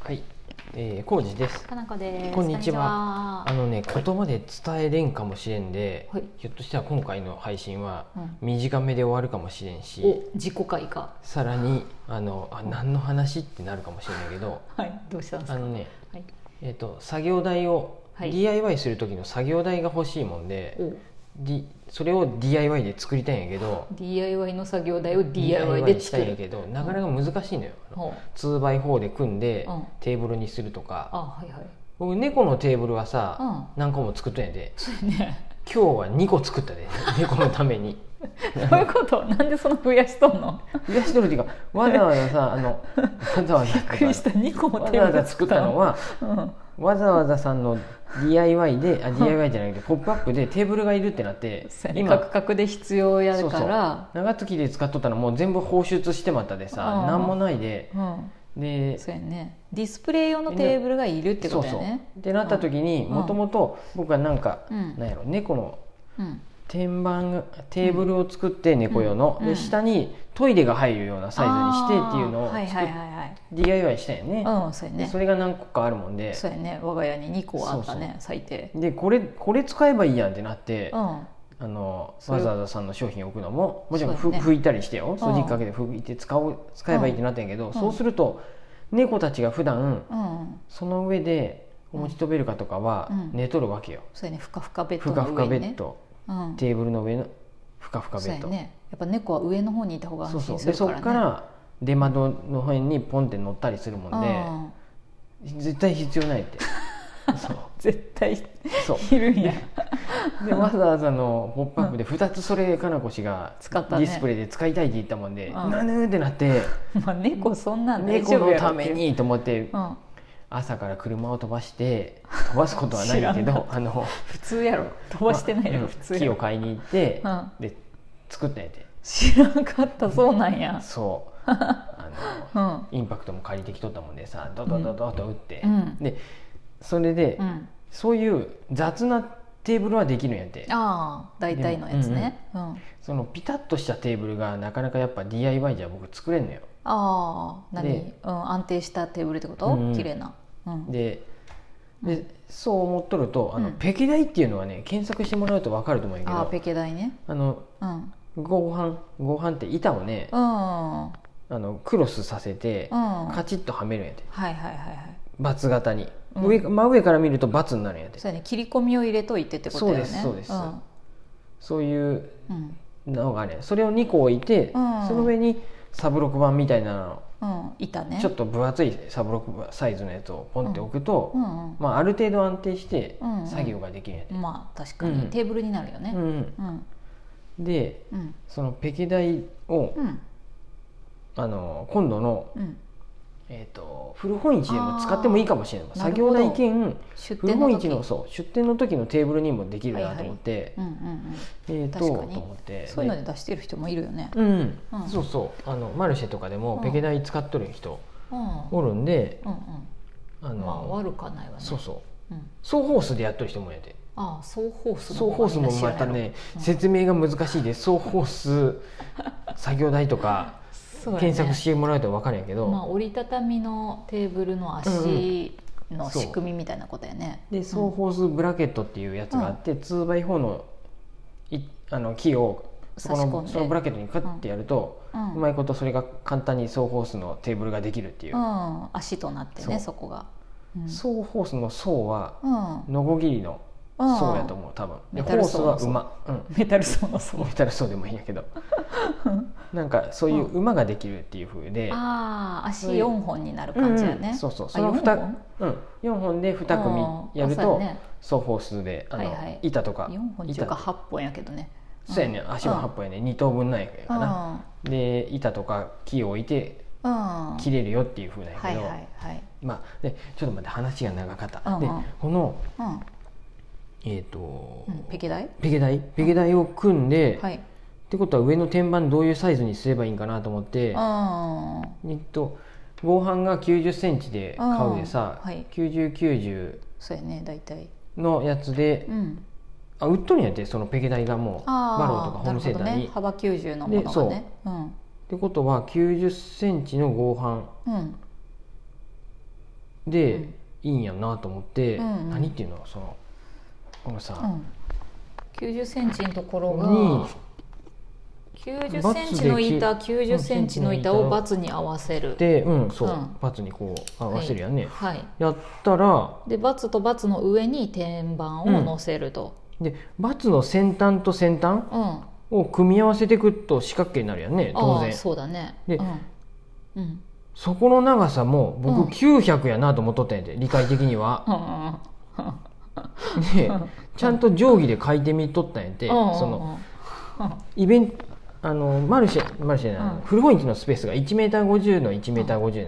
はい、えー、康二です。かなこです。こんにちはこあんにのね、言葉で伝えれんかもしれんで、はいひょっとしたら今回の配信はちは。短めで終わるかもしれんうんし、お、自己開か。さらにあのあ何の話ってなるかもしれないけど、はい。どうしたんですあか。のね、はい。えっ、と作業台を、はい DIY する時の作業台が欲しいもんで、お、 D- それを DIY で作りたいんやけど、 DIY の作業台を DIY でした作いんやる。けど、なかなか難しいのよ。ほう2 by 4で組んで、うんテーブルにするとあ、かはいはい。僕猫のテーブルはさ、うん何個も作ったんやでそうやね。 今日は2個作 ったで猫のためにどういうこと？なんでその増やしとんの？癒やしとるっていうかわざわざさあ のわざわざびっくりした。二個もわテざわーブざル作ったの。はうん。わざわざさんの DIY であ DIY じゃなくて「ポップアップでテーブルがいるってなってそうやね。カクカクで必要やそうかそうら。長月で使っとったのもう全部放出してまったでさうん何もないでうん。でそうやね。ディスプレイ用のテーブルがいるってことやね。ってなった時にうんもともと僕はなんか、うんなんやろ猫のうん。天板がテーブルを作って猫用の、うんうでん下にトイレが入るようなサイズにしてっていうのをあーはい作はっいはい DIY したよね、はい。うん、そうやでねそ。れが何個かあるもんでそうやね。我が家に二個あったね、最低。でこれこれ使えばいいやんってなって、うん。あのそれわざわざさんの商品を置くのももちろんそふ、うだね拭いたりしてよん掃除機かけて拭いて使おう使えばいいってなったんやけど、んそうすると猫たちが普段うん。その上でお持ち飛べるかとかはうん寝とるわけよ、そうやねふかふかベッふドかのふか上ベにッねド、うんテーブルの上のふかふかベそうやッド、ねやっぱ猫は上の方にいた方がそう安そ心うすでるかそらっねから出窓の辺にポンって乗ったりするもんうんで絶対必要ない ってそう絶対そういるんやでわざわざの「ポップアップで2つそれかなこ氏がデ使ったねィスプレイで使いたいって言ったもんで「んなぬ」ってなってまあ猫そん「なん大猫丈夫のやろたってめいうに」と思ってうん朝から車を飛ばして飛ばすことはないけ 知らんどあの普通やろ飛ばしてないやまあろうん普通木やをろ買いに行ってうんで作ったんやて知らんかったそうなんやそう あのうんインパクトも借りてきとったもんでさドドドドと打って、うんでそれで、うんそういう雑なテーブルはできるんやってああ大体のやつねうんそのピタッとしたテーブルがなかなかやっぱ DIY じゃ僕作れんのよああ何でうん安定したテーブルってこうんうとん綺麗なうんででそう思っとるとあの、うんペケ台っていうのはね検索してもらうと分かると思うんやけどあああペケ台ねのうん合板合板って板をねうんうんあのクロスさせてはカいチッとはめるんやてはいはいはいバツ型に、うん上真上から見るとバツになるんやてそうやね切り込みを入れといてってことだよねそうですそうですうんそういううんのがねそれを2個置いて、うんその上にサブロク板みたいなのうん、いたねちょっと分厚いサブロックサイズのやつをポンって置くと、うんうんまあ、ある程度安定してうんうん作業ができるんやで、まあ確かうんにテーブルになるようねんうんでうんそのペケ台を、うんあの今度の、うんえー、と古本市でも使ってもいいかもしれないあー作業台兼出古店の本時市のそう出店の時のテーブルにもできるなと思って、うんうんうんえー、とと確かに思ってそういうので出してる人もいるよねでうんうんそうそうあのマルシェとかでもうんペケ台使っとる人うんうんおるんで、あうんのまあ悪かないわねそうそううん双方数でやっとる人もいるんやで。ああ双方数双方数もまたね、説明が難しいです双方数作業台とか検索てしてもらうと分かるんやけど、まあ折りたたみのテーブルの足の仕組みみたいなことやねで双方数ブラケットっていうやつがあって、2x4 のいあの木をそこ差し込んのでそのブラケットにカッてやると、ううんまいことそれが簡単に双方数のテーブルができるっていう、うん足となってそうねそこがうん双方数の層はうんのこぎりのうん層やと思う多分でメタルホース層はの層馬、うん、メタル層の層メタル層でもいいんやけどなんかそういう馬ができるっていう風で、ああそう足いう四本になる感じやうんうんねそうそうそあの四 2, 本うん、4本で2組やるうんとあ双方数であの、はいはい板とかそうやね4本中板か8本やけどねそうやね足は8本やね2等分ないかな、で板とか木を置いてうんうん切れるよっていうふうなんやはけいど、はいはいまあ、でちょっと待って話が長かった、うんうんでこのうんえっ、と、うんペケ台ペケ台ペケ台を組んで、はっいてことは上の天板どういうサイズにすればいいんかなと思って、うんえっと合板が9 0ンチで買うでさ、うんはい9090そうやね大体のやつでうんあ売っとるんやってそのペケ台がもうあバローとかホームセンターなるほに、どね幅90のものがねうんってことは9 0ンチの合板うんで、うんいいんやなと思って、うんうん何っていうのはそのこのさ、うん、90センチのところにが90センチの板90センチの板をバツに合わせるでうんそう、うんパーツにこう合わせるやんね、はいやったらでバツとバツの上に天板を乗せると、でバツの先端と先端うんを組み合わせていくと四角形になるやんね当ああ然そそうだねでうんうんこの長さもうん僕900やなと思っとったんやで理解的には うんでちゃんと定規で書いてみとったんやて、うんそのイベントあのマルシェマルシェじゃないうんフルホイントのスペースが 1m50 の 1m50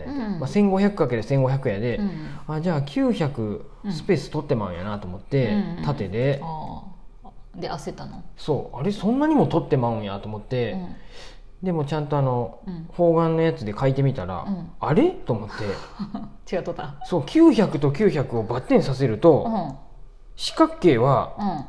なんやて、うんまあ、1500×1500 やで、うんあじゃあ900スペース取ってまうんやなと思って、うん縦で、ああで焦ったの、そうあれそんなにも取ってまうんやと思って、うんでもちゃんとあのうん、方眼のやつで書いてみたら、うんあれと思って 違うとったそう900と900をバッテンさせるうとん四角形はうん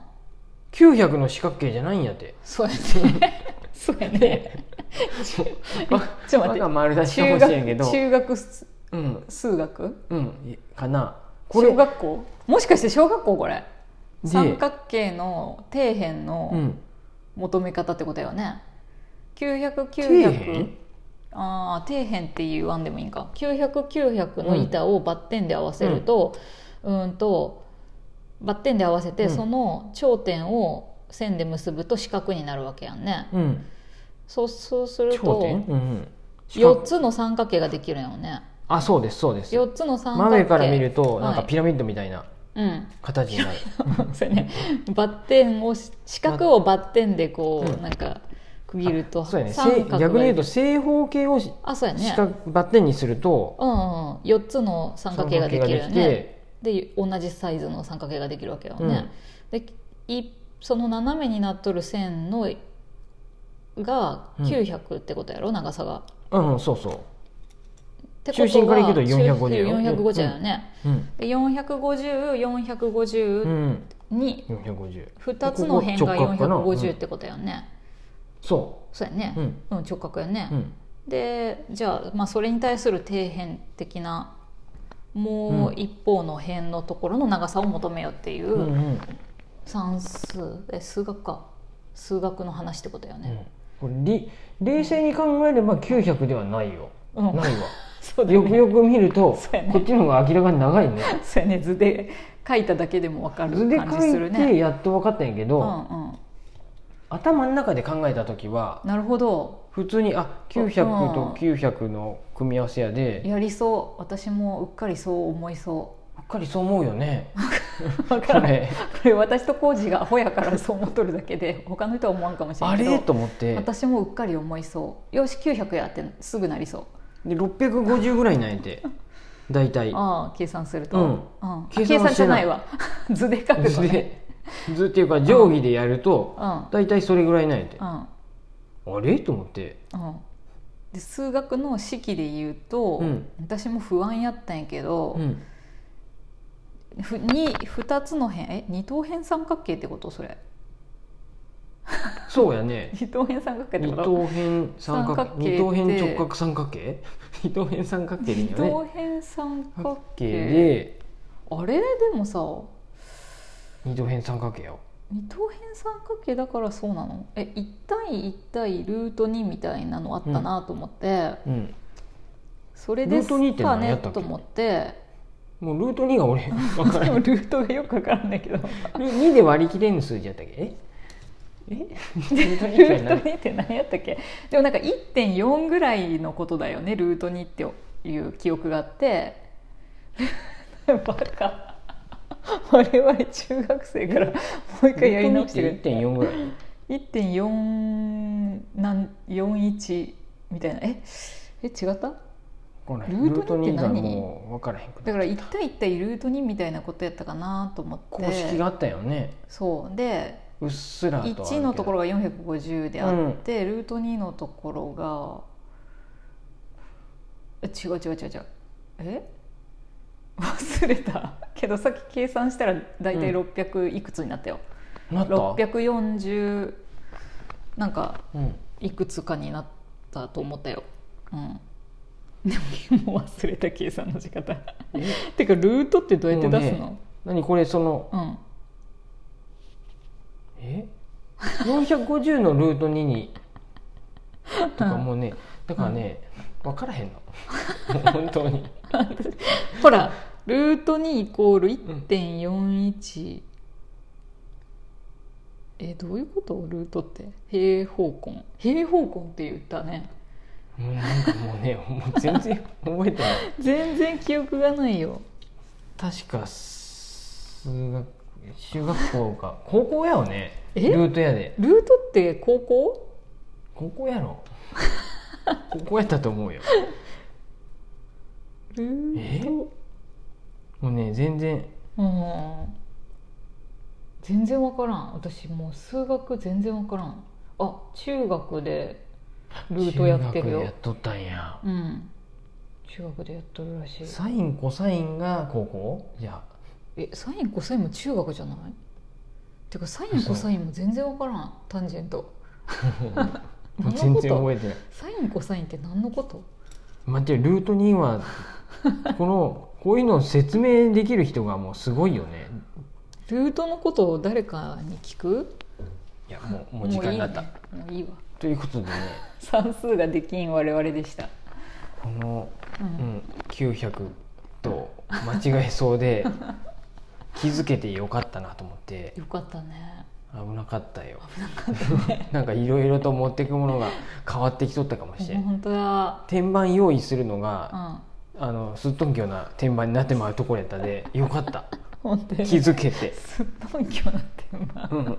900の四角形じゃないんやってそうやね そうやね ちょちょっと待ってまだ丸出しか中もしれんけど学中学すうん数学うんかなこれ小学校もしかして小学校これで三角形の底辺うのん求め方ってことよね底900900辺あー底辺っていう案でもいいんか900900の板をバッテンで合わせるとうーんとバッテンで合わせうてんその頂点を線で結ぶと四角になるわけやんねうんそうそうする頂と点うんうん四角4つの三角形ができるんよねあそうですそうです4つの三角真形上から見るとなんかはいピラミッドみたいなうん 形になる、そうやね、バッテンをし四角をバッテンでこう、うんなんか区切るとそうやね三せ角が逆に言うと正方形をしあそうやね四角バッテンにするとうんうんうん、4つの三角形ができるよ三角形ができねで同じサイズの三角形ができるわけよね、でいその斜めになっとる線のがうん900ってことやろ長さが、うんうんそうそってことは中心からいくと450やろ450だよね、ううんで450450う、んに450 2つの辺がここ直角かな450ってことやよね、そそうやね、ううんうん、直角やね、うんでじゃあ,、まあそれに対する底辺的なもううん一方の辺のところの長さを求めようっていうんううん算数え数学か数学の話ってことだようね、んこれり冷静に考えれば900ではないようんないわ そうだよよくねよく見るとそうやねこっちの方が明らかに長いねそうやね図で書いただけでも分か図るで感じす書るいてねやっと分かったんやけうどんうん頭の中で考えた時はなるほど普通にあ900と900の組み合わせやでやりそう私もうっかりそう思いそうっかりそう思うよ ね分こからんこ れれ私と浩二がアホやからそう思っとるだけで他の人は思わんかもしれなあいけどれと思って私もうっかり思いそうよし900やってすぐなりそうで650ぐらいなんやて大体ああ計算すると、うんあ計計算算はしじゃてなないいわ 図で書く図とねで図っていうか定規でやるとうんうん大体それぐらいなんやてうんあれと思ってで数学の式で言うと、うん私も不安やったんやけどう、んふに2つの辺え二等辺三角形ってことそれそうやね二等辺三角形って二こと等辺三角三角形二等辺直角三角形 二等辺三角形でいい二よね等辺三角角形形であれでもさ二等辺三角形よ二等辺三角形だからそうなのえ1対1対ルート2みたいなのあったなと思って、うんそれですルート2ってか何やねったっけと思ってもうルート2が俺分からでんもルートがよくわからんないけどル2で割り切れん数字やったっけええ ルート2ってー何ト2って何やったっけでもなんか1.4ぐらいのことだよねルート2っていう記憶があってバカ我々中学生からもう一回やり直してルーるト2って1.4ぐらい1.4なん41みたいなええ違ったこれルルーートト2 2ってが何もう分からへんくなだるから1対1対ルート2みたいなことやったかなと思って公式があったよねそうでうっすらとはあるけど1のところが450であって、ルート2のところがえ違う違う違う違うえ 忘れたけどさっき計算したら大体うん600いくつになったよ、なった640なんかうんいくつかになったと思ったよ、うん、でももう忘れた計算の仕方 てかルートってどうやって出すもうのね何これそのうんえ450のルート2にとかもうねだからね、分からへんの 本当にほらルート2イコール1.41、えどういうことルートって平方根平方根って言ったねもうなんかもうねもう全然覚えてない全然記憶がないよ確か数学中学校か高校やよねルえートやでルートって高校高校やろ 高校やったと思うよルートもうね全然うん全然わからん私もう数学全然わからんあ中学でルートやって中る学でやよっとったんやうん中学でやっとるらしいサインコサインが高校じゃあえサインコサインも中学じゃないてかサインコサインも全然わからんタンジェントもう何の全こ然覚とえてないサインコサインって何のこと待ってルート2はこのこういうのを説明できる人がもうすごいよねルートのことを誰かに聞くいやもうもう時間になった、もういい,、ね、もういいわということでね算数ができん我々でした、このううんん、900と間違えそう で気づけてよかったなと思ってよかったね危なかったよ なんかいろいろと持ってくものが変わってきとったかもしれん本当だ天板用意するのうが、んあのすっとんきょうな天板になってまうところやったでよかった本当気に、づけてすっとんきょなってまうん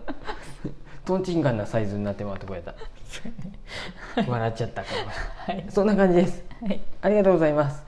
とんちんかんなサイズになってまうところやったすね笑っちゃったかもしれ はいんそんな感じですはいありがとうございます